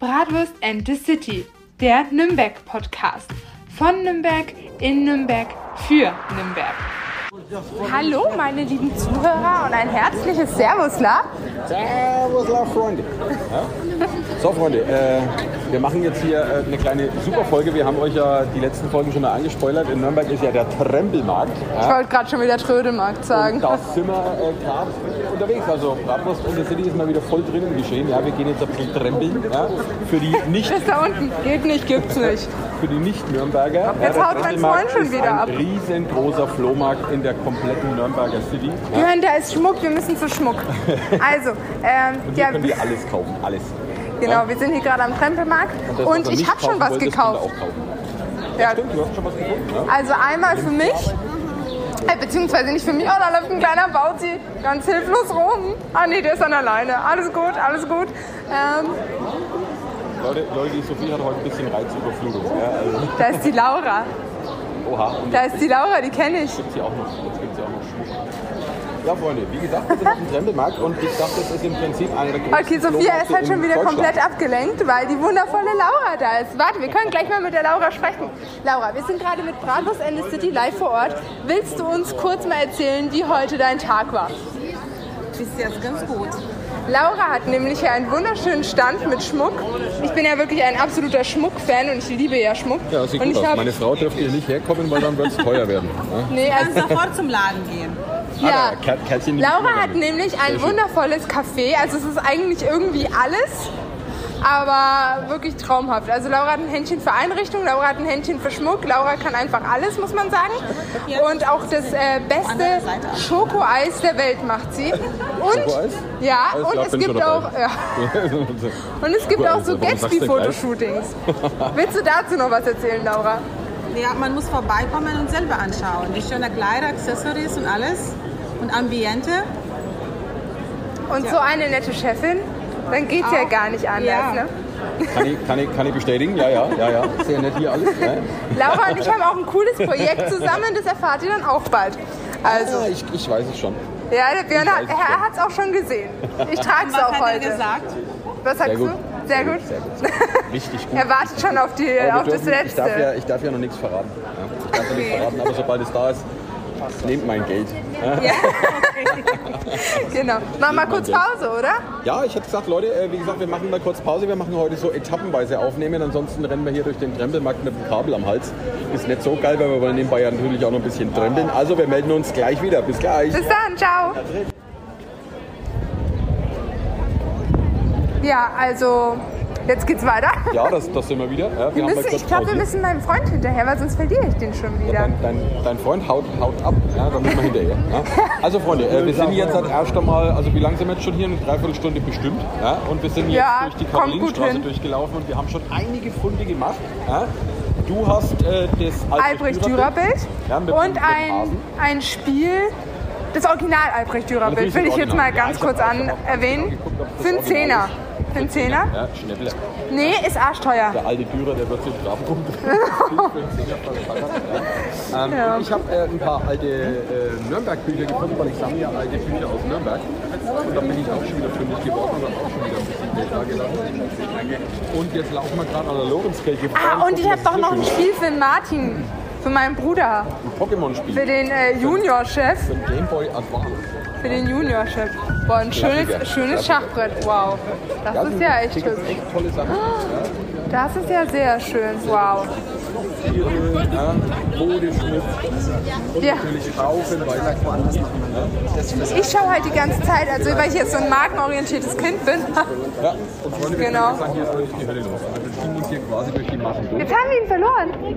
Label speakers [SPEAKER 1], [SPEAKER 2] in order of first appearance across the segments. [SPEAKER 1] Bratwurst and the City, der Nürnberg-Podcast. Von Nürnberg, in Nürnberg, für Nürnberg. Hallo, meine lieben Zuhörer und ein herzliches Servus, La.
[SPEAKER 2] Servus, liebe Freunde. Ja? So, Freunde, äh, wir machen jetzt hier äh, eine kleine Superfolge. Wir haben euch ja die letzten Folgen schon mal angespoilert. In Nürnberg ist ja der Trempelmarkt.
[SPEAKER 1] Ich
[SPEAKER 2] Ja?
[SPEAKER 1] wollte gerade schon wieder Trödemarkt sagen.
[SPEAKER 2] Und da sind wir äh, gerade unterwegs. Also, Bratwurst und der City ist mal wieder voll drin im Geschehen. Ja, wir gehen jetzt ein bisschen trempeln. Ja? Für die nicht
[SPEAKER 1] Bis da unten. Geht nicht, gibt's nicht.
[SPEAKER 2] für die Nicht-Nürnberger.
[SPEAKER 1] Jetzt
[SPEAKER 2] der
[SPEAKER 1] haut mein
[SPEAKER 2] Trempelmarkt
[SPEAKER 1] Freund schon
[SPEAKER 2] ist
[SPEAKER 1] wieder ab.
[SPEAKER 2] Ein riesengroßer Flohmarkt in der kompletten Nürnberger City.
[SPEAKER 1] Jürgen, da ist Schmuck, wir müssen zu Schmuck. Also, ähm,
[SPEAKER 2] Und hier
[SPEAKER 1] ja,
[SPEAKER 2] könnt ihr alles kaufen. Alles.
[SPEAKER 1] genau, wir sind hier gerade am Trempelmarkt
[SPEAKER 2] Das, was
[SPEAKER 1] und
[SPEAKER 2] ihr
[SPEAKER 1] ich
[SPEAKER 2] nicht
[SPEAKER 1] habe schon
[SPEAKER 2] kaufen
[SPEAKER 1] was
[SPEAKER 2] wollt, das könnt ihr
[SPEAKER 1] gekauft.
[SPEAKER 2] auch kaufen.
[SPEAKER 1] Ja,
[SPEAKER 2] Stimmt, du hast schon was gefunden. ne? Ja?
[SPEAKER 1] Also einmal für mich, äh, beziehungsweise nicht für mich, oh, da läuft ein kleiner Bauti ganz hilflos rum. Ah nee, der ist dann alleine. Alles gut, alles gut. Ähm,
[SPEAKER 2] Leute, Leute, die Sophie hat heute ein bisschen Reizüberflutung. Ja, also,
[SPEAKER 1] da ist die Laura.
[SPEAKER 2] oha, und
[SPEAKER 1] Da ist die Laura, die kenne ich.
[SPEAKER 2] jetzt gibt's ja auch noch, jetzt gibt's ja auch noch Schmuck. Ja, Freunde, wie gesagt, wir sind auf dem Trempelmarkt und ich dachte, das ist im Prinzip einer der größten
[SPEAKER 1] Okay, Sophia ist
[SPEAKER 2] Flohmärkte
[SPEAKER 1] halt schon
[SPEAKER 2] in
[SPEAKER 1] wieder
[SPEAKER 2] Deutschland.
[SPEAKER 1] komplett abgelenkt, weil die wundervolle Laura da ist. Warte, wir können gleich mal mit der Laura sprechen. Laura, wir sind gerade mit Bratwurst and the City live vor Ort. Willst du uns kurz mal erzählen, wie heute dein Tag war?
[SPEAKER 3] Bis jetzt ganz gut.
[SPEAKER 1] Laura hat nämlich hier einen wunderschönen Stand mit Schmuck. Ich bin ja wirklich ein absoluter Schmuckfan und ich liebe ja Schmuck.
[SPEAKER 2] Ja, sieht
[SPEAKER 1] und
[SPEAKER 2] gut
[SPEAKER 1] ich
[SPEAKER 2] aus.
[SPEAKER 1] hab-
[SPEAKER 2] Meine Frau dürfte hier nicht herkommen, weil dann wird es teuer werden. Ne?
[SPEAKER 1] nee,
[SPEAKER 3] Kannst
[SPEAKER 1] also,
[SPEAKER 3] sofort zum Laden gehen.
[SPEAKER 1] ja.
[SPEAKER 2] Ah, Kat- Katchen nimmt
[SPEAKER 1] Laura
[SPEAKER 2] immer
[SPEAKER 1] hat
[SPEAKER 2] damit.
[SPEAKER 1] nämlich ein
[SPEAKER 2] Sehr schön.
[SPEAKER 1] wundervolles Café. Also es ist eigentlich irgendwie alles, aber wirklich traumhaft. Also Laura hat ein Händchen für Einrichtung, Laura hat ein Händchen für Schmuck. Laura kann einfach alles, muss man sagen. Und auch das äh, beste
[SPEAKER 3] andere Seite.
[SPEAKER 1] Schokoeis der Welt macht sie. Und
[SPEAKER 2] Schokoeis?
[SPEAKER 1] ja,
[SPEAKER 2] Alles
[SPEAKER 1] und
[SPEAKER 2] klar,
[SPEAKER 1] es
[SPEAKER 2] bin schon
[SPEAKER 1] gibt
[SPEAKER 2] dabei.
[SPEAKER 1] auch ja, und es gibt auch
[SPEAKER 2] Schokoeis,
[SPEAKER 1] so
[SPEAKER 2] warum sagst du denn gleich?
[SPEAKER 1] Gatsby-Fotoshootings. Willst du dazu noch was erzählen, Laura?
[SPEAKER 3] Ja, man muss vorbeikommen und selber anschauen. Die schönen Kleider, Accessories und alles. Und Ambiente.
[SPEAKER 1] Und so eine nette Chefin, dann geht's ja gar nicht anders.
[SPEAKER 3] Ja.
[SPEAKER 1] Ne?
[SPEAKER 2] Kann ich, kann, ich, kann ich bestätigen? Ja, ja, ja, ja. Sehr nett hier alles. Ne?
[SPEAKER 1] Laura und ich haben auch ein cooles Projekt zusammen, das erfahrt ihr dann auch bald. Also,
[SPEAKER 2] Ja, ich, ich weiß es schon.
[SPEAKER 1] ja, der Björn hat
[SPEAKER 2] Ich weiß schon.
[SPEAKER 1] es auch schon gesehen. Ich trage es
[SPEAKER 3] Was
[SPEAKER 1] auch
[SPEAKER 3] hat er
[SPEAKER 1] heute.
[SPEAKER 3] gesagt?
[SPEAKER 1] Was sagst
[SPEAKER 2] Sehr gut.
[SPEAKER 1] du? Sehr gut.
[SPEAKER 2] Sehr gut. Richtig gut.
[SPEAKER 1] Er wartet schon auf, die,
[SPEAKER 2] Aber wir
[SPEAKER 1] auf das
[SPEAKER 2] dürfen- Ich darf, ja,
[SPEAKER 1] Letzte.
[SPEAKER 2] ich darf ja noch nichts verraten. Ja. Ich darf ja nichts verraten, aber sobald es da ist, nehmt mein Geld.
[SPEAKER 1] Genau. Mach mal kurz Pause, oder?
[SPEAKER 2] Ja, ich hätte gesagt, Leute, äh, wie gesagt, wir machen mal kurz Pause. Wir machen heute so etappenweise aufnehmen. Ansonsten rennen wir hier durch den Trempelmarkt mit dem Kabel am Hals. Ist nicht so geil, weil wir wollen nebenbei ja natürlich auch noch ein bisschen trempeln. Also wir melden uns gleich wieder. Bis gleich.
[SPEAKER 1] Bis dann, ciao. Ja, also, jetzt geht's weiter.
[SPEAKER 2] Ja, das, das sind wir wieder. Ja,
[SPEAKER 1] Wir
[SPEAKER 2] haben mal
[SPEAKER 1] müssen,
[SPEAKER 2] kurz
[SPEAKER 1] ich glaube, wir
[SPEAKER 2] pausiert.
[SPEAKER 1] müssen meinem Freund hinterher, weil sonst verliere ich den schon wieder.
[SPEAKER 2] Dein, dein, dein Freund haut, haut ab, ja, da müssen wir hinterher. Ja. Also Freunde, äh, wir sind jetzt halt erst einmal, also wie lange sind wir jetzt schon hier? Eine Dreiviertelstunde bestimmt. Ja, und wir sind jetzt
[SPEAKER 1] Ja,
[SPEAKER 2] durch die
[SPEAKER 1] kommt gut
[SPEAKER 2] Karolinenstraße
[SPEAKER 1] hin.
[SPEAKER 2] durchgelaufen und wir haben schon einige Funde gemacht. Ja. Du hast äh, das
[SPEAKER 1] Albrecht Dürer-Bild
[SPEAKER 2] Ja, mit-
[SPEAKER 1] und
[SPEAKER 2] mit
[SPEAKER 1] ein,
[SPEAKER 2] Hasen.
[SPEAKER 1] ein Spiel, das Original Albrecht Dürer-Bild,
[SPEAKER 2] Natürlich
[SPEAKER 1] will
[SPEAKER 2] das
[SPEAKER 1] ich jetzt mal
[SPEAKER 2] Original. Ja,
[SPEAKER 1] ganz
[SPEAKER 2] ich hab
[SPEAKER 1] kurz
[SPEAKER 2] auch-
[SPEAKER 1] an
[SPEAKER 2] ich hab auch
[SPEAKER 1] erwähnen.
[SPEAKER 2] geguckt, ob das
[SPEAKER 1] Für einen
[SPEAKER 2] Original
[SPEAKER 1] Zehner.
[SPEAKER 2] ist.
[SPEAKER 1] Für einen Zehner?
[SPEAKER 2] Ja, Schnäpple.
[SPEAKER 1] Nee, ist arschteuer.
[SPEAKER 2] Der alte Dürer, der wird sich Graben umdrehen. ja. ähm, Ich habe äh, ein paar alte äh, Nürnberg-Bücher gefunden, weil ich sammle ja alte Bücher aus Nürnberg. Und da bin ich auch schon wieder fündig geworden und habe auch schon wieder ein bisschen Geld da gelassen. Und jetzt laufen wir gerade an der Lorenzkirche vorbei
[SPEAKER 1] Ah, und ich habe
[SPEAKER 2] gucken,
[SPEAKER 1] doch noch ein
[SPEAKER 2] was
[SPEAKER 1] Spiel für den Martin, für meinen Bruder,
[SPEAKER 2] hier für ein
[SPEAKER 1] für
[SPEAKER 2] Pokémon-Spiel.
[SPEAKER 1] den äh, Juniorchef.
[SPEAKER 2] Für den Gameboy Advance.
[SPEAKER 1] Für den Juniorchef. Boah, ein
[SPEAKER 2] Klassiker.
[SPEAKER 1] schönes, schönes Schachbrett. Wow. Das ist ja echt
[SPEAKER 2] Das
[SPEAKER 1] hübsch.
[SPEAKER 2] echt tolle Sachen.
[SPEAKER 1] Das ist ja sehr schön. Wow.
[SPEAKER 2] Tiere, ja, Modeschmuck und
[SPEAKER 1] Ja.
[SPEAKER 2] natürlich Rauchen, weil da kann man ne?
[SPEAKER 1] Ich schaue halt die ganze Zeit, also weil ich jetzt so ein markenorientiertes Kind bin.
[SPEAKER 2] Ja, und Freunde, wir
[SPEAKER 1] Genau.
[SPEAKER 2] sagen, hier ist wirklich die Hölle los. Also wir ziehen uns hier quasi durch die Massen durch.
[SPEAKER 1] Jetzt haben wir ihn verloren.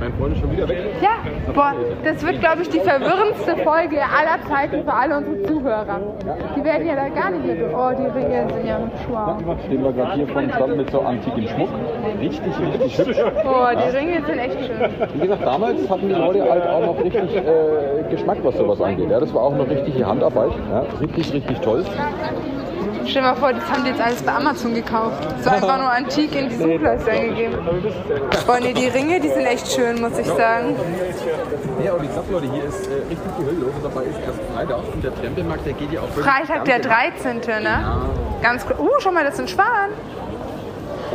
[SPEAKER 2] Mein Freund ist schon wieder weg.
[SPEAKER 1] Ja, boah, das wird, glaube ich, die verwirrendste Folge aller Zeiten für alle unsere Zuhörer. Die werden ja da gar nicht mehr. Oh, die Regeln sind ja schwarz.
[SPEAKER 2] Stehen wir gerade hier vor dem Stand mit so antikem Schmuck. Richtig, richtig hübsch.
[SPEAKER 1] Oh, die Ringe sind echt schön.
[SPEAKER 2] Wie gesagt, damals hatten die Leute halt auch noch richtig äh, Geschmack, was sowas angeht. Ja, das war auch eine richtige Handarbeit. Ja, richtig, richtig toll.
[SPEAKER 1] Stell dir mal vor, das haben die jetzt alles bei Amazon gekauft. So einfach nur antik in die Suchleiste eingegeben. Boah, nee, die Ringe, die sind echt schön, muss ich sagen.
[SPEAKER 2] Ja, und ich sag Leute, hier ist äh, richtig die Hölle los. Und dabei ist erst Freitag. Und der Trempelmarkt, der geht ja auch wirklich genau
[SPEAKER 1] Freitag der
[SPEAKER 2] ganz-
[SPEAKER 1] 13., ne? Ganz cool. Uh, schau mal, das ist ein Schwan.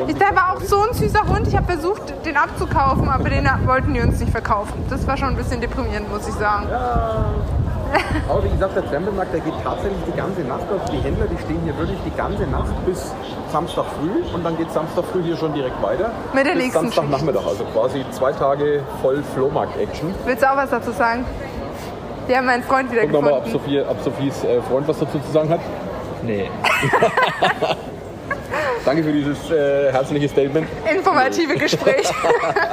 [SPEAKER 1] Ich, da war auch so ein süßer Hund. Ich habe versucht, den abzukaufen, aber den wollten die uns nicht verkaufen. Das war schon ein bisschen deprimierend, muss ich sagen.
[SPEAKER 2] Aber wie gesagt, der Trembelmarkt, der geht tatsächlich die ganze Nacht auf. Die Händler, die stehen hier wirklich die ganze Nacht bis Samstag früh und dann geht Samstag früh hier schon direkt weiter.
[SPEAKER 1] Mit der
[SPEAKER 2] bis
[SPEAKER 1] nächsten
[SPEAKER 2] Samstagnachmittag, also quasi zwei Tage voll Flohmarkt-Action.
[SPEAKER 1] Willst du auch was dazu sagen? Wir haben meinen Freund wieder
[SPEAKER 2] Gucken wir mal, ob,
[SPEAKER 1] gefunden.
[SPEAKER 2] Sophie, ob Sophies äh, Freund was dazu zu sagen hat.
[SPEAKER 4] Nee.
[SPEAKER 2] Danke für dieses äh, herzliche Statement.
[SPEAKER 1] Informative Gespräch.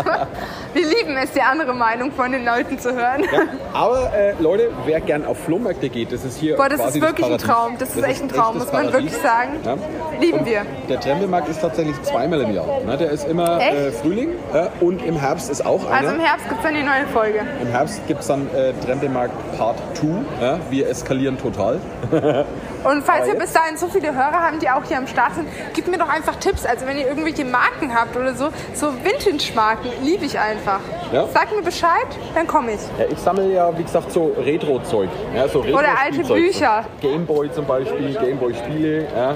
[SPEAKER 1] Wir lieben es, die andere Meinung von den Leuten zu hören.
[SPEAKER 2] Aber äh, Leute, wer gern auf Flohmärkte geht, das ist hier
[SPEAKER 1] Boah, das
[SPEAKER 2] quasi
[SPEAKER 1] ist wirklich ein
[SPEAKER 2] Paradies.
[SPEAKER 1] Traum. Das ist echt ein Traum,
[SPEAKER 2] echtes
[SPEAKER 1] muss man
[SPEAKER 2] Paradies.
[SPEAKER 1] wirklich sagen.
[SPEAKER 2] Ja.
[SPEAKER 1] Lieben
[SPEAKER 2] und
[SPEAKER 1] wir.
[SPEAKER 2] Der Trembelmarkt ist tatsächlich zweimal im Jahr. Ne? Der ist immer
[SPEAKER 1] Echt?
[SPEAKER 2] äh, Frühling äh, und im Herbst ist auch einer.
[SPEAKER 1] Also im Herbst gibt es dann die neue Folge.
[SPEAKER 2] Im Herbst gibt es dann äh, Trembelmarkt Part 2. Ja? Wir eskalieren total.
[SPEAKER 1] Und falls wir
[SPEAKER 2] jetzt-
[SPEAKER 1] bis dahin so viele Hörer haben, die auch hier am Start sind, gebt mir doch einfach Tipps. Also wenn ihr irgendwelche Marken habt oder so, so Vintage-Marken liebe ich einfach.
[SPEAKER 2] Ja.
[SPEAKER 1] Sagt mir Bescheid, dann komme ich.
[SPEAKER 2] Ja, ich sammle ja, wie gesagt, so Retro-Zeug. Ja, so Retro
[SPEAKER 1] Oder alte Bücher.
[SPEAKER 2] Gameboy zum Beispiel, Gameboy-Spiele, ja,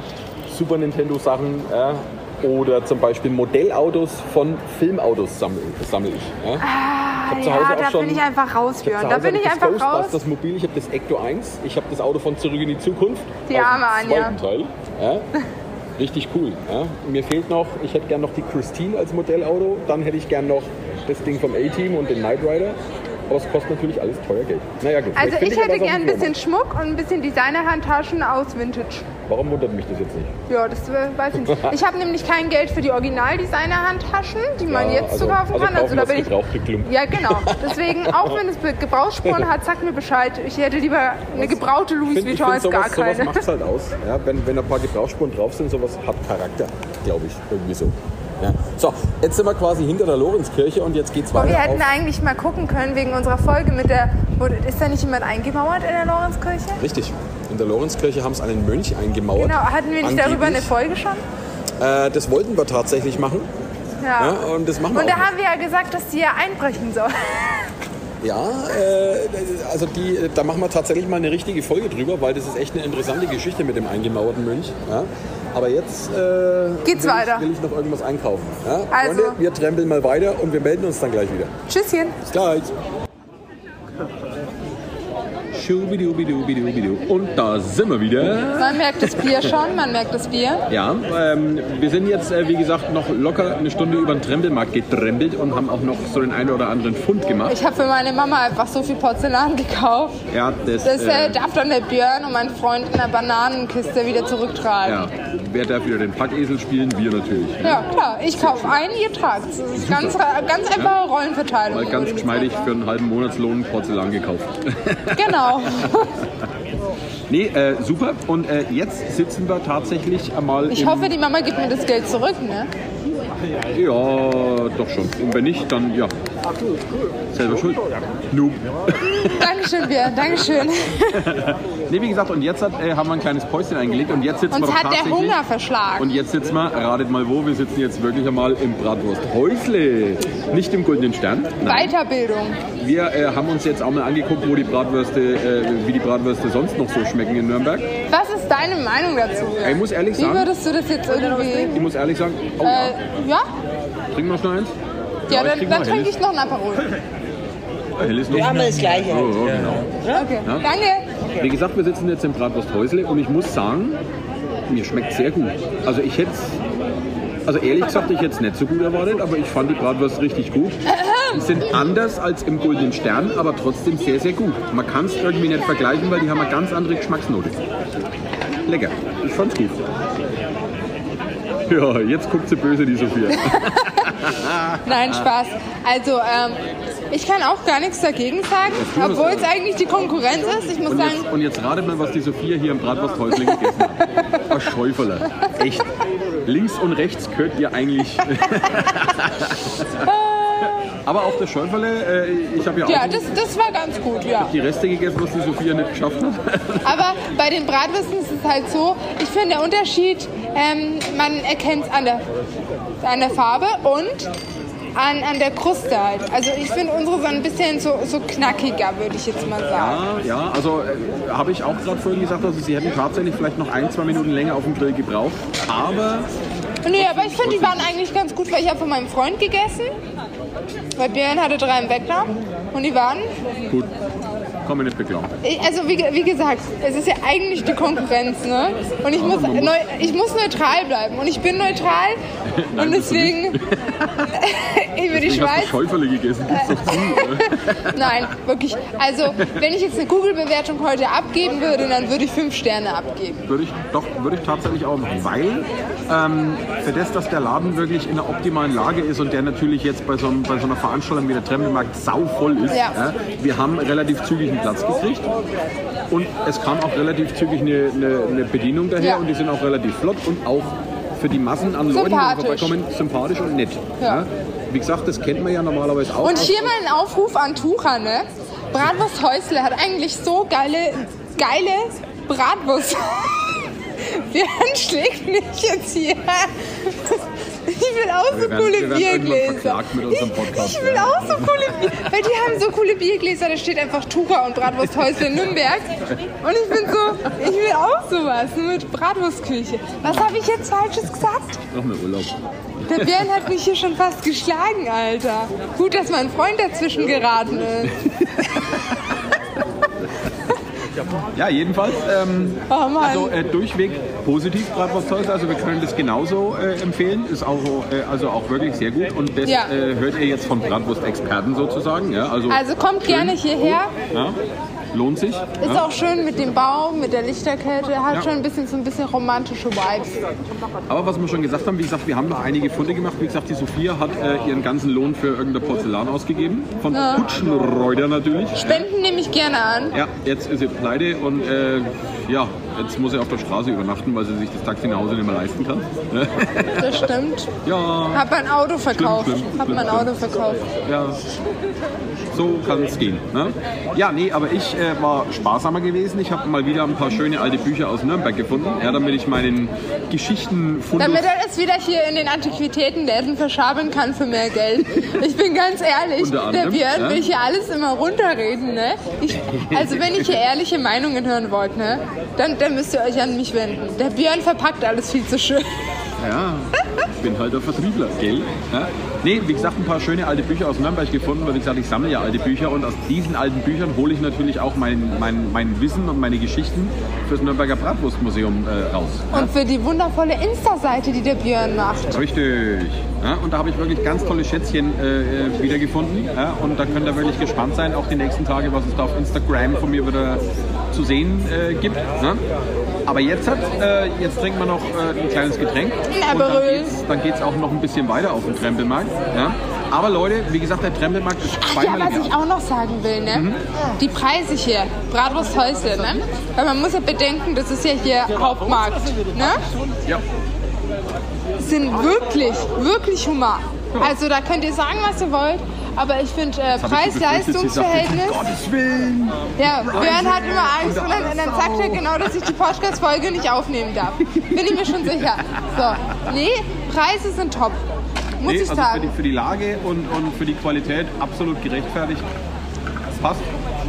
[SPEAKER 2] Super Nintendo-Sachen. Ja. Oder zum Beispiel Modellautos von Filmautos sammle, sammle ich. Ja.
[SPEAKER 1] Ah,
[SPEAKER 2] zu Hause
[SPEAKER 1] ja,
[SPEAKER 2] auch
[SPEAKER 1] da
[SPEAKER 2] schon-
[SPEAKER 1] bin ich einfach raus,
[SPEAKER 2] Ich hab
[SPEAKER 1] Björn.
[SPEAKER 2] zu
[SPEAKER 1] Da
[SPEAKER 2] Hause
[SPEAKER 1] bin ich
[SPEAKER 2] das
[SPEAKER 1] einfach raus.
[SPEAKER 2] Ghostbusters Mobil, ich habe das Ecto 1, ich habe das Auto von Zurück in die Zukunft.
[SPEAKER 1] Die
[SPEAKER 2] aus dem
[SPEAKER 1] arme Anja.
[SPEAKER 2] zweiten Teil. Ja. Richtig cool. Ja. Mir fehlt noch, ich hätte gern noch die Christine als Modellauto, dann hätte ich gern noch das Ding vom A-Team und den Knight Rider. Aber es kostet natürlich alles teuer Geld. Naja, gut.
[SPEAKER 1] Also
[SPEAKER 2] vielleicht finde
[SPEAKER 1] ich hätte
[SPEAKER 2] was auf
[SPEAKER 1] gern ein
[SPEAKER 2] dem
[SPEAKER 1] bisschen Schmuck und ein bisschen Designerhandtaschen aus Vintage.
[SPEAKER 2] Flohmarkt. Warum wundert mich das jetzt nicht?
[SPEAKER 1] Ja, das äh, weiß ich nicht. Ich habe nämlich kein Geld für die Original-Designer-Handtaschen, die man
[SPEAKER 2] Ja,
[SPEAKER 1] jetzt
[SPEAKER 2] also-
[SPEAKER 1] zu kaufen
[SPEAKER 2] also
[SPEAKER 1] kann. Also da bin
[SPEAKER 2] kaufen das
[SPEAKER 1] ich.
[SPEAKER 2] gebrauchte Klumpen.
[SPEAKER 1] Ja, genau. Deswegen, auch wenn es Be- Gebrauchsspuren hat, sagt mir Bescheid. Ich hätte lieber eine gebraute
[SPEAKER 2] Ich
[SPEAKER 1] Louis
[SPEAKER 2] finde,
[SPEAKER 1] Vuitton
[SPEAKER 2] find,
[SPEAKER 1] als gar
[SPEAKER 2] sowas, sowas
[SPEAKER 1] keine.
[SPEAKER 2] macht es halt aus. Ja, wenn, wenn ein paar Gebrauchsspuren drauf sind, sowas hat Charakter, glaube ich. Irgendwie so. Ja. So, jetzt sind wir quasi hinter der Lorenzkirche und jetzt geht's weiter.
[SPEAKER 1] Wir hätten
[SPEAKER 2] auf-
[SPEAKER 1] eigentlich mal gucken können wegen unserer Folge mit der. wo- Ist da nicht jemand eingemauert in der Lorenzkirche?
[SPEAKER 2] Richtig. In der Lorenzkirche haben es einen Mönch eingemauert.
[SPEAKER 1] Genau, hatten wir nicht darüber eine
[SPEAKER 2] Angeblich.
[SPEAKER 1] Folge schon?
[SPEAKER 2] Äh, das wollten wir tatsächlich machen. Ja, und das machen wir
[SPEAKER 1] Ah. Und da
[SPEAKER 2] auch
[SPEAKER 1] haben wir ja gesagt, dass die ja einbrechen sollen.
[SPEAKER 2] Ja, äh, also die, da machen wir tatsächlich mal eine richtige Folge drüber, weil das ist echt eine interessante Geschichte mit dem eingemauerten Mönch. Ja. Aber jetzt äh,
[SPEAKER 1] Geht's
[SPEAKER 2] will,
[SPEAKER 1] weiter.
[SPEAKER 2] Ich, will ich noch irgendwas einkaufen. Ja.
[SPEAKER 1] Also-
[SPEAKER 2] Freunde, wir trempeln mal weiter und wir melden uns dann gleich wieder.
[SPEAKER 1] Tschüsschen.
[SPEAKER 2] Bis gleich. Und da sind wir wieder.
[SPEAKER 1] Man merkt das Bier schon, man merkt das Bier.
[SPEAKER 2] Ja, ähm, wir sind jetzt, äh, wie gesagt, noch locker eine Stunde über den Trembelmarkt getrembelt und haben auch noch so den einen oder anderen Fund gemacht.
[SPEAKER 1] Ich habe für meine Mama einfach so viel Porzellan gekauft.
[SPEAKER 2] Ja, das,
[SPEAKER 1] Das äh,
[SPEAKER 2] äh,
[SPEAKER 1] darf dann der Björn und mein Freund in der Bananenkiste wieder
[SPEAKER 2] ja,
[SPEAKER 1] zurücktragen.
[SPEAKER 2] wer darf wieder den Packesel spielen? Wir natürlich.
[SPEAKER 1] Ja, klar. Ich kaufe einen, ihr tragt es. Das ist ganz, äh, ganz einfache Rollenverteilung.
[SPEAKER 2] Mal
[SPEAKER 1] würde
[SPEAKER 2] ganz
[SPEAKER 1] ich
[SPEAKER 2] geschmeidig
[SPEAKER 1] sagen.
[SPEAKER 2] für einen halben Monatslohn Porzellan gekauft.
[SPEAKER 1] Genau.
[SPEAKER 2] Nee, äh, super. Und äh, jetzt sitzen wir tatsächlich einmal
[SPEAKER 1] Ich
[SPEAKER 2] im...
[SPEAKER 1] hoffe, die Mama gibt mir das Geld zurück, ne?
[SPEAKER 2] Ja, doch schon. Und wenn nicht, dann ja. Selber schuld. Noob.
[SPEAKER 1] Dankeschön, Björn. Dankeschön.
[SPEAKER 2] Nee, wie gesagt, und jetzt hat, äh, haben wir ein kleines Päuschen eingelegt und jetzt sitzen wir
[SPEAKER 1] Uns
[SPEAKER 2] doch
[SPEAKER 1] hat der
[SPEAKER 2] tatsächlich...
[SPEAKER 1] Hunger verschlagen.
[SPEAKER 2] Und jetzt sitzen wir, ratet mal wo, wir sitzen jetzt wirklich einmal im Bratwursthäusle. Nicht im Goldenen Stern. Nein.
[SPEAKER 1] Weiterbildung.
[SPEAKER 2] Wir äh, haben uns jetzt auch mal angeguckt, wo die Bratwürste, äh, wie die Bratwürste sonst noch so schmecken in Nürnberg.
[SPEAKER 1] Was ist deine Meinung dazu? Björn?
[SPEAKER 2] Ich muss ehrlich
[SPEAKER 1] Wie
[SPEAKER 2] sagen-
[SPEAKER 1] würdest du das jetzt irgendwie.
[SPEAKER 2] Ich muss ehrlich sagen, oh, ja,
[SPEAKER 1] Äh, ja?
[SPEAKER 2] trinken wir schnell eins?
[SPEAKER 1] Ja,
[SPEAKER 2] ich
[SPEAKER 1] dann,
[SPEAKER 2] krieg
[SPEAKER 1] dann
[SPEAKER 2] mal
[SPEAKER 1] trinke
[SPEAKER 2] Helles.
[SPEAKER 1] ich noch ein Aperol.
[SPEAKER 2] Hell ist noch.
[SPEAKER 5] Haben wir das Gleiche.
[SPEAKER 2] Oh, oh, genau.
[SPEAKER 1] Okay. Danke.
[SPEAKER 2] Wie gesagt, wir sitzen jetzt im Bratwursthäusle und ich muss sagen, mir schmeckt sehr gut. Also ich hätte also ehrlich gesagt, ich hätte es nicht so gut erwartet, aber ich fand die Bratwurst richtig gut. Die sind anders als im Goldenen Stern, aber trotzdem sehr, sehr gut. Man kann es irgendwie nicht vergleichen, weil die haben eine ganz andere Geschmacksnote. Lecker. Ich fand's gut. Ja, jetzt guckt sie böse, die Sophia.
[SPEAKER 1] Nein, Spaß. Also, ähm, ich kann auch gar nichts dagegen sagen,
[SPEAKER 2] tun wir
[SPEAKER 1] obwohl
[SPEAKER 2] so.
[SPEAKER 1] es eigentlich die Konkurrenz ist. Ich muss
[SPEAKER 2] Und
[SPEAKER 1] sagen,
[SPEAKER 2] jetzt, und jetzt ratet mal, was die Sophia hier im Bratwursthäusling gegessen hat. Ein Schäuferle. Echt. Links und rechts gehört ihr eigentlich. Aber auch das Schäuferle, äh, ich habe ja auch
[SPEAKER 1] ja, das, das war ganz gut, ja.
[SPEAKER 2] die Reste gegessen, was die Sophia nicht geschafft hat.
[SPEAKER 1] Aber bei den Bratwürsten ist es halt so, ich finde der Unterschied, ähm, man erkennt es an der, an der Farbe und an, an der Kruste halt. Also ich finde unsere so ein bisschen so, so knackiger, würde ich jetzt mal sagen.
[SPEAKER 2] Ja, ja, also äh, habe ich auch gerade vorhin gesagt, also sie hätten tatsächlich vielleicht noch ein, zwei Minuten länger auf dem Grill gebraucht. Aber
[SPEAKER 1] Nee, aber ich finde, die waren eigentlich ganz gut, weil ich habe von meinem Freund gegessen. Weil Björn hatte drei im Weckler und die waren.
[SPEAKER 2] Gut. Komm mir nicht beklagen.
[SPEAKER 1] Ich- Also wie, ge- wie gesagt, es ist ja eigentlich die Konkurrenz, ne? Und ich muss,
[SPEAKER 2] man muss-
[SPEAKER 1] neu, ich muss neutral bleiben und ich bin neutral
[SPEAKER 2] Nein,
[SPEAKER 1] und
[SPEAKER 2] bist du
[SPEAKER 1] deswegen ich Äh, will die
[SPEAKER 2] Ich habe
[SPEAKER 1] Schweiz.
[SPEAKER 2] Schäuferle gegessen. Gibt's doch zu.
[SPEAKER 1] Nein, wirklich. Also wenn ich jetzt eine Google-Bewertung heute abgeben würde, dann würde ich fünf Sterne abgeben.
[SPEAKER 2] Würde ich, doch, würde ich tatsächlich auch machen, weil ähm, für das, dass der Laden wirklich in der optimalen Lage ist und der natürlich jetzt bei so, einem, bei so einer Veranstaltung wie der Tremmelmarkt sau voll ist,
[SPEAKER 1] Ja.
[SPEAKER 2] wir haben relativ zügig einen Platz gekriegt und es kam auch relativ zügig eine, eine, eine Bedienung daher
[SPEAKER 1] Ja.
[SPEAKER 2] und die sind auch relativ flott und auch für die Massen an Leuten, die da
[SPEAKER 1] Sympathisch.
[SPEAKER 2] vorbeikommen, sympathisch und nett.
[SPEAKER 1] Ja.
[SPEAKER 2] Wie gesagt, das kennt man ja normalerweise auch.
[SPEAKER 1] Und hier mal ein Aufruf an Tucher, ne? Bratwurst Häusle hat eigentlich so geile, geile Bratwurst. Björn schlägt mich jetzt hier. Ich will auch so
[SPEAKER 2] Wir werden-
[SPEAKER 1] coole
[SPEAKER 2] wir werden irgendwann
[SPEAKER 1] Biergläser.
[SPEAKER 2] verklagt mit unserem Podcast,
[SPEAKER 1] ich, ich will
[SPEAKER 2] ja.
[SPEAKER 1] auch so coole Bier, weil die haben so coole Biergläser, da steht einfach Tucher und Bratwurst Häusle in Nürnberg. Und ich bin so, ich will auch sowas nur mit Bratwurstküche. Was habe ich jetzt Falsches gesagt?
[SPEAKER 2] noch mehr Urlaub.
[SPEAKER 1] Der Björn hat mich hier schon fast geschlagen, Alter. Gut, dass mein Freund dazwischen geraten ist.
[SPEAKER 2] Ja, jedenfalls. Ähm,
[SPEAKER 1] Oh Mann.
[SPEAKER 2] Also äh, durchweg positiv Bratwurst Tolls, also wir können das genauso äh, empfehlen, ist auch, äh, also auch wirklich sehr gut und das
[SPEAKER 1] Ja.
[SPEAKER 2] äh, hört ihr jetzt von Bratwurst-Experten sozusagen. Ja? Also,
[SPEAKER 1] also kommt gerne hierher.
[SPEAKER 2] ja? lohnt sich.
[SPEAKER 1] Ist
[SPEAKER 2] ja?
[SPEAKER 1] auch schön mit dem Baum, mit der Lichterkette. Hat
[SPEAKER 2] Ja.
[SPEAKER 1] schon ein bisschen so ein bisschen romantische Vibes.
[SPEAKER 2] Aber was wir schon gesagt haben, wie gesagt, wir haben noch einige Funde gemacht. Wie gesagt, die Sophia hat äh, ihren ganzen Lohn für irgendein Porzellan ausgegeben, von
[SPEAKER 1] Ja.
[SPEAKER 2] Kutschenreuter natürlich.
[SPEAKER 1] Spenden nehme ich gerne an.
[SPEAKER 2] Ja, jetzt ist sie pleite und äh, ja, jetzt muss sie auf der Straße übernachten, weil sie sich das Taxi nach Hause nicht mehr leisten kann.
[SPEAKER 1] Das stimmt.
[SPEAKER 2] Ja,
[SPEAKER 1] Hab mein Auto verkauft.
[SPEAKER 2] Schlimm, schlimm,
[SPEAKER 1] Hab mein
[SPEAKER 2] schlimm,
[SPEAKER 1] Auto verkauft.
[SPEAKER 2] Ja. So kann es gehen. Ne? Ja, nee, aber ich äh, war sparsamer gewesen. Ich habe mal wieder ein paar schöne alte Bücher aus Nürnberg gefunden, ja, damit ich meinen Geschichten
[SPEAKER 1] Damit er es wieder hier in den Antiquitätenläden verschabeln kann für mehr Geld. Ich bin ganz ehrlich,
[SPEAKER 2] Unter
[SPEAKER 1] der
[SPEAKER 2] anderem,
[SPEAKER 1] Björn
[SPEAKER 2] ja.
[SPEAKER 1] will hier alles immer runterreden, ne? Ich, also wenn ihr hier ehrliche Meinungen hören wollt, ne, dann, dann müsst ihr euch an mich wenden. Der Björn verpackt alles viel zu schön.
[SPEAKER 2] Ja, ich bin halt der Vertriebler, gell? Ja? Nee, wie gesagt, ein paar schöne alte Bücher aus Nürnberg gefunden, weil wie gesagt, ich sammle ja alte Bücher und aus diesen alten Büchern hole ich natürlich auch mein, mein, mein Wissen und meine Geschichten fürs Nürnberger Bratwurstmuseum äh, raus.
[SPEAKER 1] Und für die wundervolle Insta-Seite, die der Björn macht.
[SPEAKER 2] Richtig. Ja, und da habe ich wirklich ganz tolle Schätzchen äh, äh, wiedergefunden. Ja, und da könnt ihr wirklich gespannt sein, auch die nächsten Tage, was es da auf Instagram von mir wieder zu sehen äh, gibt. Ne? Aber jetzt, hat, äh, jetzt trinken wir noch äh, ein kleines Getränk.
[SPEAKER 1] Ein
[SPEAKER 2] Und dann
[SPEAKER 1] Aperol.
[SPEAKER 2] geht's- Dann geht es auch noch ein bisschen weiter auf dem Trempelmarkt. Ja? Aber Leute, wie gesagt, der Trempelmarkt ist
[SPEAKER 1] Ach Ah, ja,
[SPEAKER 2] zweimal im
[SPEAKER 1] was ich
[SPEAKER 2] Jahr.
[SPEAKER 1] auch noch sagen will, ne?
[SPEAKER 2] Mhm.
[SPEAKER 1] Die Preise hier, Bratwurst Häusle, ne? Weil man muss ja bedenken, das ist ja hier Hauptmarkt, ne?
[SPEAKER 2] Ja.
[SPEAKER 1] sind wirklich, wirklich human. Also da könnt ihr sagen, was ihr wollt, aber ich finde äh,
[SPEAKER 2] hab ich befürchtet, sie sagt,
[SPEAKER 1] Preis-Leistungs-Verhältnis.
[SPEAKER 2] um Gottes Willen.
[SPEAKER 1] Ja, Björn hat immer Angst und dann, dann sagt er genau, dass ich die Podcast-Folge nicht aufnehmen darf. Bin ich mir schon sicher. So, nee, Preise sind top. Muss
[SPEAKER 2] Nee,
[SPEAKER 1] ich
[SPEAKER 2] also für die,
[SPEAKER 1] sagen.
[SPEAKER 2] für die Lage und, und für die Qualität absolut gerechtfertigt. Das passt.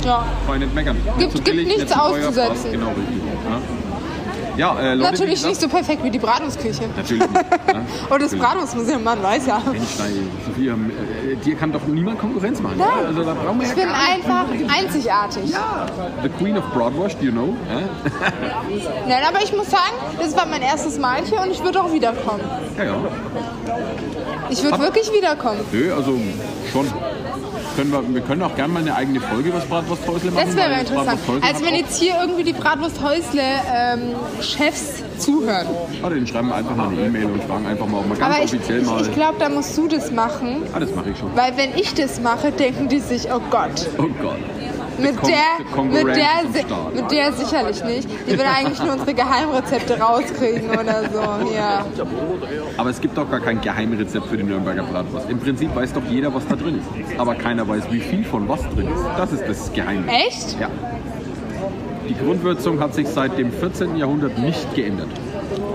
[SPEAKER 1] Ja.
[SPEAKER 2] Kann ich nicht meckern. Also
[SPEAKER 1] Gibt-
[SPEAKER 2] Nicht zu
[SPEAKER 1] gibt nichts
[SPEAKER 2] nicht zu teuer,
[SPEAKER 1] auszusetzen.
[SPEAKER 2] passt Genau, richtig. Ja, ja äh, Leute,
[SPEAKER 1] Natürlich
[SPEAKER 2] wie
[SPEAKER 1] nicht so
[SPEAKER 2] gesagt,
[SPEAKER 1] perfekt wie die Bratwurstküche.
[SPEAKER 2] Natürlich nicht. Ne?
[SPEAKER 1] Und das Bratwurstmuseum, man weiß ja.
[SPEAKER 2] Mensch, nein, Sophia, äh, dir kann doch niemand Konkurrenz machen. ja? Also da brauchen wir
[SPEAKER 1] Ich
[SPEAKER 2] ja
[SPEAKER 1] bin einfach einzigartig.
[SPEAKER 2] The Queen of Broadwurst, you know.
[SPEAKER 1] Nein, aber ich muss sagen, das war mein erstes Mal hier und ich würde auch wiederkommen.
[SPEAKER 2] Ja, ja.
[SPEAKER 1] Ich würde wirklich wiederkommen.
[SPEAKER 2] Nö, also schon. Können wir, wir können auch gerne mal eine eigene Folge über das Bratwursthäusle machen.
[SPEAKER 1] Das wäre
[SPEAKER 2] weil
[SPEAKER 1] mal
[SPEAKER 2] das
[SPEAKER 1] interessant.
[SPEAKER 2] Bratwursthäusle
[SPEAKER 1] Also
[SPEAKER 2] hat
[SPEAKER 1] wenn
[SPEAKER 2] auch-
[SPEAKER 1] jetzt hier irgendwie die Bratwurst-Häusle-Chefs zuhören.
[SPEAKER 2] Ah, den schreiben wir einfach mal eine E-Mail und fragen einfach mal, ob wir ganz
[SPEAKER 1] Aber ich,
[SPEAKER 2] offiziell
[SPEAKER 1] ich,
[SPEAKER 2] mal...
[SPEAKER 1] ich glaube, da musst du das machen.
[SPEAKER 2] ah, das mache ich schon.
[SPEAKER 1] Weil wenn ich das mache, denken die sich, oh Gott,
[SPEAKER 2] Oh Gott.
[SPEAKER 1] mit
[SPEAKER 2] Kon-
[SPEAKER 1] der,
[SPEAKER 2] der Konkurrenz
[SPEAKER 1] mit der,
[SPEAKER 2] am
[SPEAKER 1] si-
[SPEAKER 2] Start.
[SPEAKER 1] mit der sicherlich nicht. Die will eigentlich nur unsere Geheimrezepte rauskriegen oder so. Ja.
[SPEAKER 2] Aber es gibt doch gar kein Geheimrezept für die Nürnberger Bratwurst. Im Prinzip weiß doch jeder, was da drin ist. Aber keiner weiß, wie viel von was drin ist. Das ist das Geheimnis.
[SPEAKER 1] Echt?
[SPEAKER 2] Ja. Die Grundwürzung hat sich seit dem 14. Jahrhundert nicht geändert.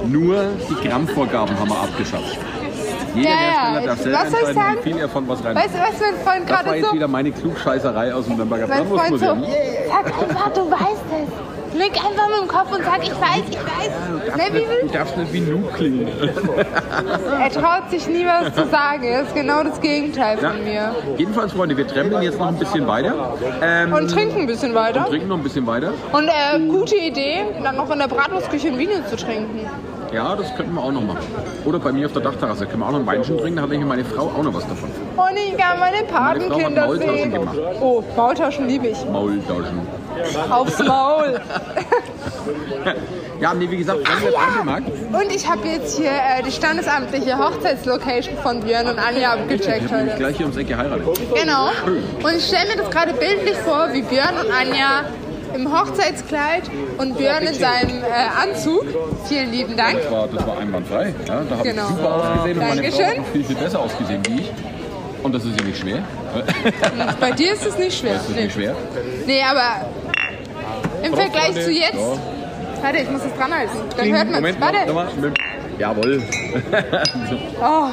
[SPEAKER 2] Nur die Grammvorgaben haben wir abgeschafft. Jeder
[SPEAKER 1] Ja, ja,
[SPEAKER 2] Hersteller
[SPEAKER 1] ich-
[SPEAKER 2] darf selber
[SPEAKER 1] was soll ich
[SPEAKER 2] entscheiden,
[SPEAKER 1] sagen?
[SPEAKER 2] wie viel er von was rein
[SPEAKER 1] Weißt du, was mein Freund
[SPEAKER 2] Das war
[SPEAKER 1] gerade
[SPEAKER 2] jetzt
[SPEAKER 1] so...
[SPEAKER 2] wieder meine Klugscheißerei aus dem Nürnberger
[SPEAKER 1] Mein Freund so...
[SPEAKER 2] Bratwurstmuseum.
[SPEAKER 1] Sag einfach, du weißt es.
[SPEAKER 4] Nick einfach mit dem Kopf und sag, ich weiß, ich weiß. Ne, wie
[SPEAKER 2] Du
[SPEAKER 4] will?
[SPEAKER 2] darfst nicht wie Nu klingen.
[SPEAKER 1] Er traut sich nie was zu sagen. Er ist genau das Gegenteil
[SPEAKER 2] Ja.
[SPEAKER 1] von mir.
[SPEAKER 2] Jedenfalls, Freunde, wir trembeln jetzt noch ein bisschen weiter. Ähm,
[SPEAKER 1] Und trinken ein bisschen weiter.
[SPEAKER 2] trinken noch ein bisschen weiter.
[SPEAKER 1] Und äh, gute Idee, dann noch in der Bratwurstküche ein Wiener zu trinken.
[SPEAKER 2] Ja, das könnten wir auch noch machen. Oder bei mir auf der Dachterrasse können wir auch noch ein Weinchen trinken. Da hat nämlich meine Frau auch noch was davon.
[SPEAKER 1] Und ich kann meine Patenkinder
[SPEAKER 2] Meine Frau hat Maultauschen
[SPEAKER 1] sehen.
[SPEAKER 2] gemacht.
[SPEAKER 1] Oh, Maultauschen liebe ich.
[SPEAKER 2] Maultauschen.
[SPEAKER 1] Aufs Maul.
[SPEAKER 2] Ja, nee, wie gesagt, wenn wir ja. Markt.
[SPEAKER 1] Und ich habe jetzt hier äh, die standesamtliche Hochzeitslocation von Björn und Anja
[SPEAKER 2] Ich
[SPEAKER 1] abgecheckt
[SPEAKER 2] habe nämlich
[SPEAKER 1] heute.
[SPEAKER 2] gleich hier ums Eck geheiratet.
[SPEAKER 1] Genau. Und ich stelle mir das gerade bildlich vor, wie Björn und Anja im Hochzeitskleid und Björn in seinem äh, Anzug. Vielen lieben Dank.
[SPEAKER 2] Das war, das war einwandfrei. Ja, da habe
[SPEAKER 1] Genau.
[SPEAKER 2] ich super ausgesehen und meine Frau hat
[SPEAKER 1] Dankeschön.
[SPEAKER 2] noch viel, viel besser ausgesehen wie ich. Und das ist ja nicht schwer.
[SPEAKER 1] Bei dir ist es nicht schwer.
[SPEAKER 2] Das ist
[SPEAKER 1] Nee.
[SPEAKER 2] nicht schwer.
[SPEAKER 1] Nee, aber im Vergleich zu jetzt.
[SPEAKER 2] Ja.
[SPEAKER 1] Warte, ich muss das dranhalten. Dann hört man es.
[SPEAKER 2] Moment,
[SPEAKER 1] Warte.
[SPEAKER 2] nochmal. Jawohl.
[SPEAKER 1] Oh,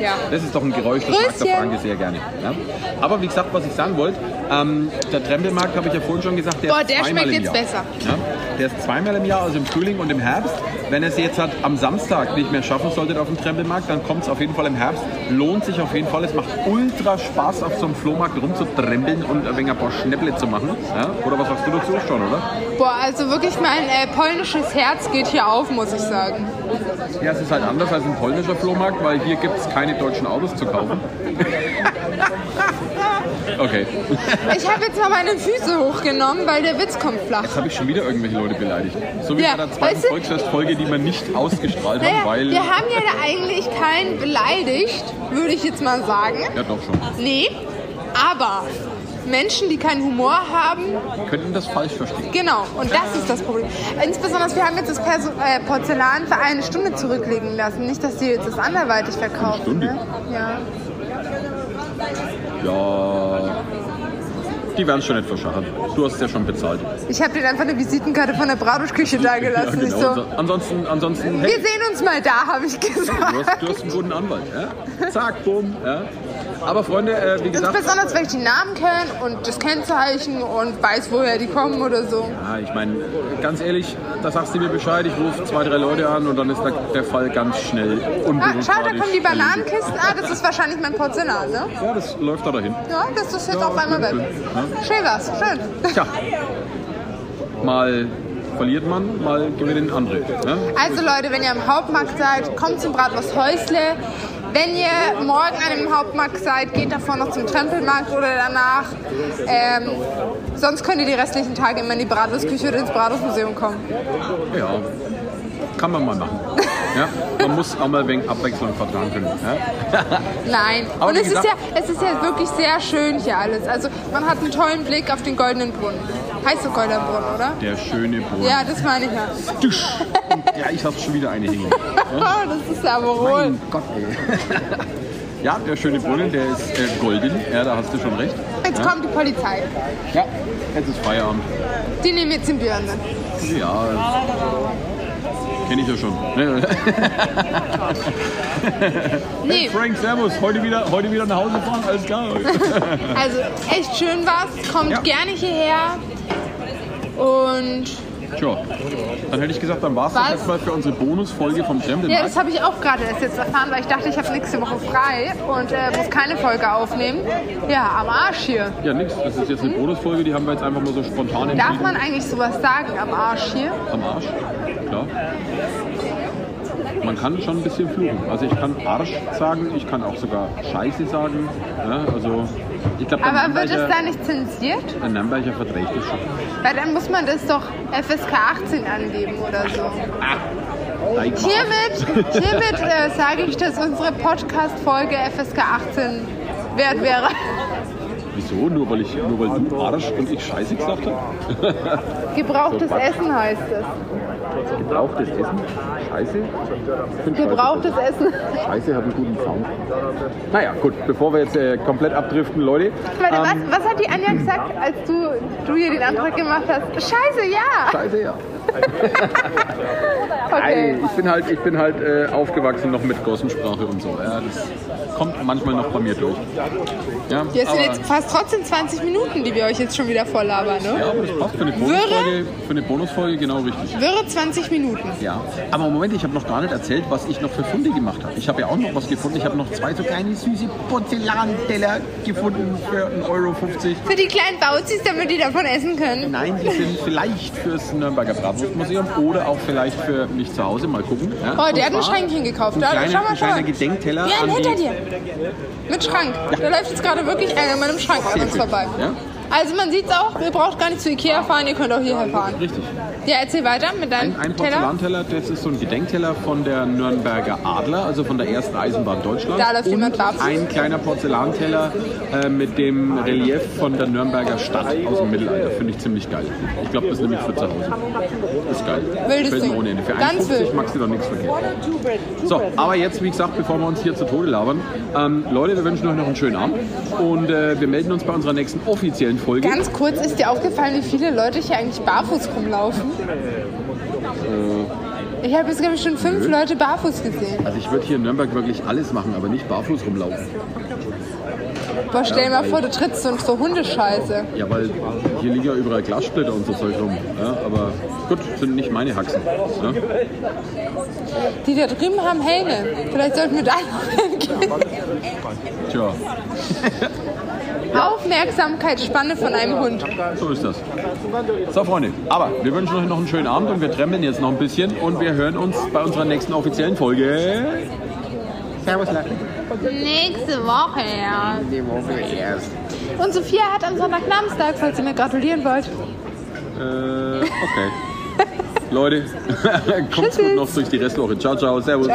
[SPEAKER 1] ja.
[SPEAKER 2] Das ist doch ein Geräusch, das mag der
[SPEAKER 1] Grüßchen.
[SPEAKER 2] Franke sehr gerne. Ja? Aber wie gesagt, was ich sagen wollte, ähm, der Trempelmarkt, habe ich ja vorhin schon gesagt, der
[SPEAKER 1] Boah,
[SPEAKER 2] ist
[SPEAKER 1] der
[SPEAKER 2] zweimal
[SPEAKER 1] schmeckt
[SPEAKER 2] im
[SPEAKER 1] jetzt
[SPEAKER 2] Jahr.
[SPEAKER 1] besser.
[SPEAKER 2] Ja? Der ist zweimal im Jahr, also im Frühling und im Herbst. Wenn ihr es jetzt halt am Samstag nicht mehr schaffen solltet auf dem Trempelmarkt, dann kommt es auf jeden Fall im Herbst. Lohnt sich auf jeden Fall. Es macht ultra Spaß, auf so einem Flohmarkt rumzutrempeln und ein wenig ein paar Schnäpple zu machen. Ja? Oder was sagst du dazu schon, oder?
[SPEAKER 1] Boah, also wirklich mein äh, polnisches Herz geht hier auf, muss ich sagen.
[SPEAKER 2] Ja, es ist halt anders als ein polnischer Flohmarkt, weil hier gibt es keine deutschen Autos zu kaufen. okay.
[SPEAKER 1] Ich habe jetzt mal meine Füße hochgenommen, weil der Witz kommt flach.
[SPEAKER 2] habe ich schon wieder irgendwelche Leute beleidigt. So wie
[SPEAKER 1] Ja,
[SPEAKER 2] bei der zweiten
[SPEAKER 1] weißt du-
[SPEAKER 2] Volksfestfolge, die wir nicht ausgestrahlt haben,
[SPEAKER 1] Naja,
[SPEAKER 2] weil.
[SPEAKER 1] wir haben ja da eigentlich keinen beleidigt, würde ich jetzt mal sagen.
[SPEAKER 2] Ja, doch schon.
[SPEAKER 1] Nee, aber Menschen, die keinen Humor haben,
[SPEAKER 2] Könnten das falsch verstehen.
[SPEAKER 1] Genau, und das ist das Problem. Insbesondere, wir haben jetzt das Perso äh, Porzellan für eine Stunde zurücklegen lassen. Nicht, dass die jetzt das anderweitig verkaufen.
[SPEAKER 2] Stunde?
[SPEAKER 1] Ne? Ja.
[SPEAKER 2] Ja. Die werden schon nicht verschachert. Du hast es ja schon bezahlt.
[SPEAKER 1] Ich habe denen einfach eine Visitenkarte von der Bratwurstküche da gelassen.
[SPEAKER 2] ja,
[SPEAKER 1] Ich
[SPEAKER 2] genau.
[SPEAKER 1] so,
[SPEAKER 2] Ansonsten, ansonsten
[SPEAKER 1] wir
[SPEAKER 2] hey,
[SPEAKER 1] sehen uns mal da, habe ich
[SPEAKER 2] du hast,
[SPEAKER 1] gesagt.
[SPEAKER 2] du hast einen guten Anwalt. Ja? Zack, bumm. Ja? Aber Freunde, äh, wie gesagt.
[SPEAKER 1] Insbesondere, wenn ich die Namen kenne und das Kennzeichen und weiß, woher die kommen oder so.
[SPEAKER 2] Ja, ah, ich meine, ganz ehrlich, da sagst du mir Bescheid, ich rufe zwei, drei Leute an und dann ist da der Fall ganz schnell
[SPEAKER 1] Ah,
[SPEAKER 2] unbürokratisch.
[SPEAKER 1] schau, da kommen die Bananenkisten. Ah, das ist wahrscheinlich mein Porzellan, ne?
[SPEAKER 2] Ja, das läuft da dahin.
[SPEAKER 1] Ja, das ist jetzt
[SPEAKER 2] Ja, ne?
[SPEAKER 1] auf einmal weg.
[SPEAKER 2] ja.
[SPEAKER 1] Schön war's, schön.
[SPEAKER 2] Tja, mal verliert man, mal gewinnen andere. Ne?
[SPEAKER 1] Also Leute, wenn ihr am Hauptmarkt seid, kommt zum Bratwurst Häusle. Wenn ihr morgen an dem Hauptmarkt seid, geht davor noch zum Trempelmarkt oder danach. Ähm, sonst könnt ihr die restlichen Tage immer in die Bratwurstküche oder ins Bratwurstmuseum kommen.
[SPEAKER 2] Ja, kann man mal machen. Ja, man muss auch mal ein wenig Abwechslung vertragen können. Ja?
[SPEAKER 1] Nein.
[SPEAKER 2] Aber
[SPEAKER 1] Und
[SPEAKER 2] wie
[SPEAKER 1] es ist, ja,
[SPEAKER 2] gesagt-
[SPEAKER 1] es ist ja wirklich sehr schön hier alles. Also man hat einen tollen Blick auf den Goldenen Brunnen. Heißt der Goldener Brunnen, oder?
[SPEAKER 2] Der schöne Brunnen.
[SPEAKER 1] Ja, das meine ich ja.
[SPEAKER 2] Tüsch. ja ich hab schon wieder eine hängen.
[SPEAKER 1] das ist ja wohl.
[SPEAKER 2] Mein Gott, ey. Ja, der schöne Brunnen, der ist äh, golden. Ja, da hast du schon recht.
[SPEAKER 1] Jetzt kommt die Polizei.
[SPEAKER 2] Ja, jetzt ist Feierabend.
[SPEAKER 1] Die nehmen jetzt den Björn. mit.
[SPEAKER 2] Ja, kenne ich ja schon. ne?
[SPEAKER 1] Nee,
[SPEAKER 2] Frank, Servus, heute wieder, heute wieder nach Hause fahren, alles klar.
[SPEAKER 1] Also echt schön war's. Kommt
[SPEAKER 2] Ja.
[SPEAKER 1] gerne hierher. Und
[SPEAKER 2] Tja, dann hätte ich gesagt, dann war es
[SPEAKER 1] Was?
[SPEAKER 2] das jetzt mal für unsere Bonusfolge vom
[SPEAKER 1] ja,
[SPEAKER 2] Trembelmarkt.
[SPEAKER 1] das habe ich auch gerade erst jetzt erfahren, weil ich dachte, ich habe nächste Woche frei und äh, muss keine Folge aufnehmen. Ja, am Arsch hier.
[SPEAKER 2] Ja, nix, das ist jetzt eine Bonusfolge, die haben wir jetzt einfach mal so spontan
[SPEAKER 1] Darf
[SPEAKER 2] entschieden.
[SPEAKER 1] man eigentlich sowas sagen, am Arsch hier?
[SPEAKER 2] Am Arsch, klar. Man kann schon ein bisschen fluchen. Also ich kann Arsch sagen, ich kann auch sogar Scheiße sagen. Ja, also ich glaube, der
[SPEAKER 1] Aber wird
[SPEAKER 2] Nürnberger-
[SPEAKER 1] es da nicht zensiert?
[SPEAKER 2] der Nürnberger verträgt das schon.
[SPEAKER 1] Weil dann muss man das doch FSK 18 angeben oder so.
[SPEAKER 2] Steig mal ab.
[SPEAKER 1] Hiermit, hiermit äh, sage ich, dass unsere Podcast-Folge FSK 18 wert wäre.
[SPEAKER 2] Wieso? Nur weil, ich, nur weil du Arsch und ich Scheiße gesagt habe?
[SPEAKER 1] Gebrauchtes Essen heißt es.
[SPEAKER 2] Gebrauchtes Essen? Scheiße? Ich find Scheiße.
[SPEAKER 4] Gebrauchtes Essen.
[SPEAKER 2] Scheiße hat einen guten Sound. Naja, gut, bevor wir jetzt äh, komplett abdriften, Leute.
[SPEAKER 4] Warte,
[SPEAKER 2] ähm,
[SPEAKER 4] was, was hat die Anja gesagt, als du, du hier den Antrag gemacht hast? Scheiße, ja!
[SPEAKER 2] Scheiße, ja.
[SPEAKER 4] Okay.
[SPEAKER 2] Ey, ich bin halt, ich bin halt äh, aufgewachsen noch mit Gossensprache und so. Ja, das kommt manchmal noch bei mir durch. Ja,
[SPEAKER 1] Jetzt sind
[SPEAKER 2] aber-
[SPEAKER 1] jetzt fast trotzdem 20 Minuten, die wir euch jetzt schon wieder volllabern, ne?
[SPEAKER 2] ja, aber das passt für eine Bonusfolge, für eine Bonusfolge genau richtig.
[SPEAKER 1] Wirre 20 Minuten.
[SPEAKER 2] Ja, aber Moment, ich habe noch gar nicht erzählt, was ich noch für Funde gemacht habe. Ich habe ja auch noch was gefunden. Ich habe noch zwei so kleine süße Porzellanteller gefunden für 1,50 Euro.
[SPEAKER 1] Für die kleinen Bauzis, damit die davon essen können.
[SPEAKER 2] Nein, die sind vielleicht fürs Nürnberger Bratwurstmuseum oder auch vielleicht für mich zu Hause. Mal gucken. Ja,
[SPEAKER 1] Oh,
[SPEAKER 2] Und
[SPEAKER 1] der hat einen
[SPEAKER 2] zwar
[SPEAKER 1] Schrank hingekauft.
[SPEAKER 2] Ein
[SPEAKER 1] Da, schau
[SPEAKER 2] kleiner,
[SPEAKER 1] mal,
[SPEAKER 2] ein
[SPEAKER 1] schau
[SPEAKER 2] kleiner
[SPEAKER 1] mal.
[SPEAKER 2] Gedenkteller
[SPEAKER 1] Ja,
[SPEAKER 2] an
[SPEAKER 1] hinter
[SPEAKER 2] die-
[SPEAKER 1] dir. Mit Schrank. Da läuft jetzt gerade wirklich einer mit einem Schrank an uns
[SPEAKER 2] gut.
[SPEAKER 1] vorbei.
[SPEAKER 2] Ja.
[SPEAKER 1] Also man sieht's auch, ihr braucht gar nicht zu Ikea fahren, ihr könnt auch hierher fahren.
[SPEAKER 2] Richtig.
[SPEAKER 1] Ja, erzähl weiter mit deinem
[SPEAKER 2] Ein, ein
[SPEAKER 1] Teller.
[SPEAKER 2] Porzellanteller, das ist so ein Gedenkteller von der Nürnberger Adler, also von der ersten Eisenbahn Deutschlands.
[SPEAKER 1] Da läuft
[SPEAKER 2] Und
[SPEAKER 1] jemand barfuß.
[SPEAKER 2] ein kleiner Porzellanteller äh, mit dem Relief von der Nürnberger Stadt aus dem Mittelalter. Finde ich ziemlich geil. Ich glaube, das nehme ich für zu Hause. Ist geil.
[SPEAKER 1] Wildes
[SPEAKER 2] Fällt mir
[SPEAKER 1] Ding.
[SPEAKER 2] ohne Ende. Für
[SPEAKER 1] Ganz
[SPEAKER 2] 1,50
[SPEAKER 1] wild.
[SPEAKER 2] magst du doch nichts verkehrt. So, aber jetzt, wie gesagt, bevor wir uns hier zu Tode labern, ähm, Leute, wir wünschen euch noch einen schönen Abend und äh, wir melden uns bei unserer nächsten offiziellen Folge.
[SPEAKER 1] Ganz kurz, ist dir aufgefallen, wie viele Leute hier eigentlich barfuß rumlaufen?
[SPEAKER 2] Äh.
[SPEAKER 1] Ich habe jetzt, glaube ich, schon fünf Leute barfuß gesehen.
[SPEAKER 2] also ich würde hier in Nürnberg wirklich alles machen, aber nicht barfuß rumlaufen.
[SPEAKER 1] Boah, stell dir mal vor, du trittst so so Hundescheiße.
[SPEAKER 2] Ja, weil hier liegen ja überall Glassplitter und so Zeug rum. Ja, aber gut, sind nicht meine Haxen. ne? Ja?
[SPEAKER 1] Die da drüben haben Hähne. Vielleicht sollten wir da noch hingehen.
[SPEAKER 2] Tja,
[SPEAKER 1] Aufmerksamkeitsspanne von einem Hund.
[SPEAKER 2] so ist das. So, Freunde, aber wir wünschen euch noch einen schönen Abend und wir tremmeln jetzt noch ein bisschen und wir hören uns bei unserer nächsten offiziellen Folge. Servus,
[SPEAKER 4] Nächste Woche, ja.
[SPEAKER 2] Die Woche erst.
[SPEAKER 4] Und Sophia hat am Sonntag Namenstag, falls ihr mir gratulieren wollt.
[SPEAKER 2] Äh, okay. Leute, kommt gut noch durch die Restwoche. Ciao, ciao, servus.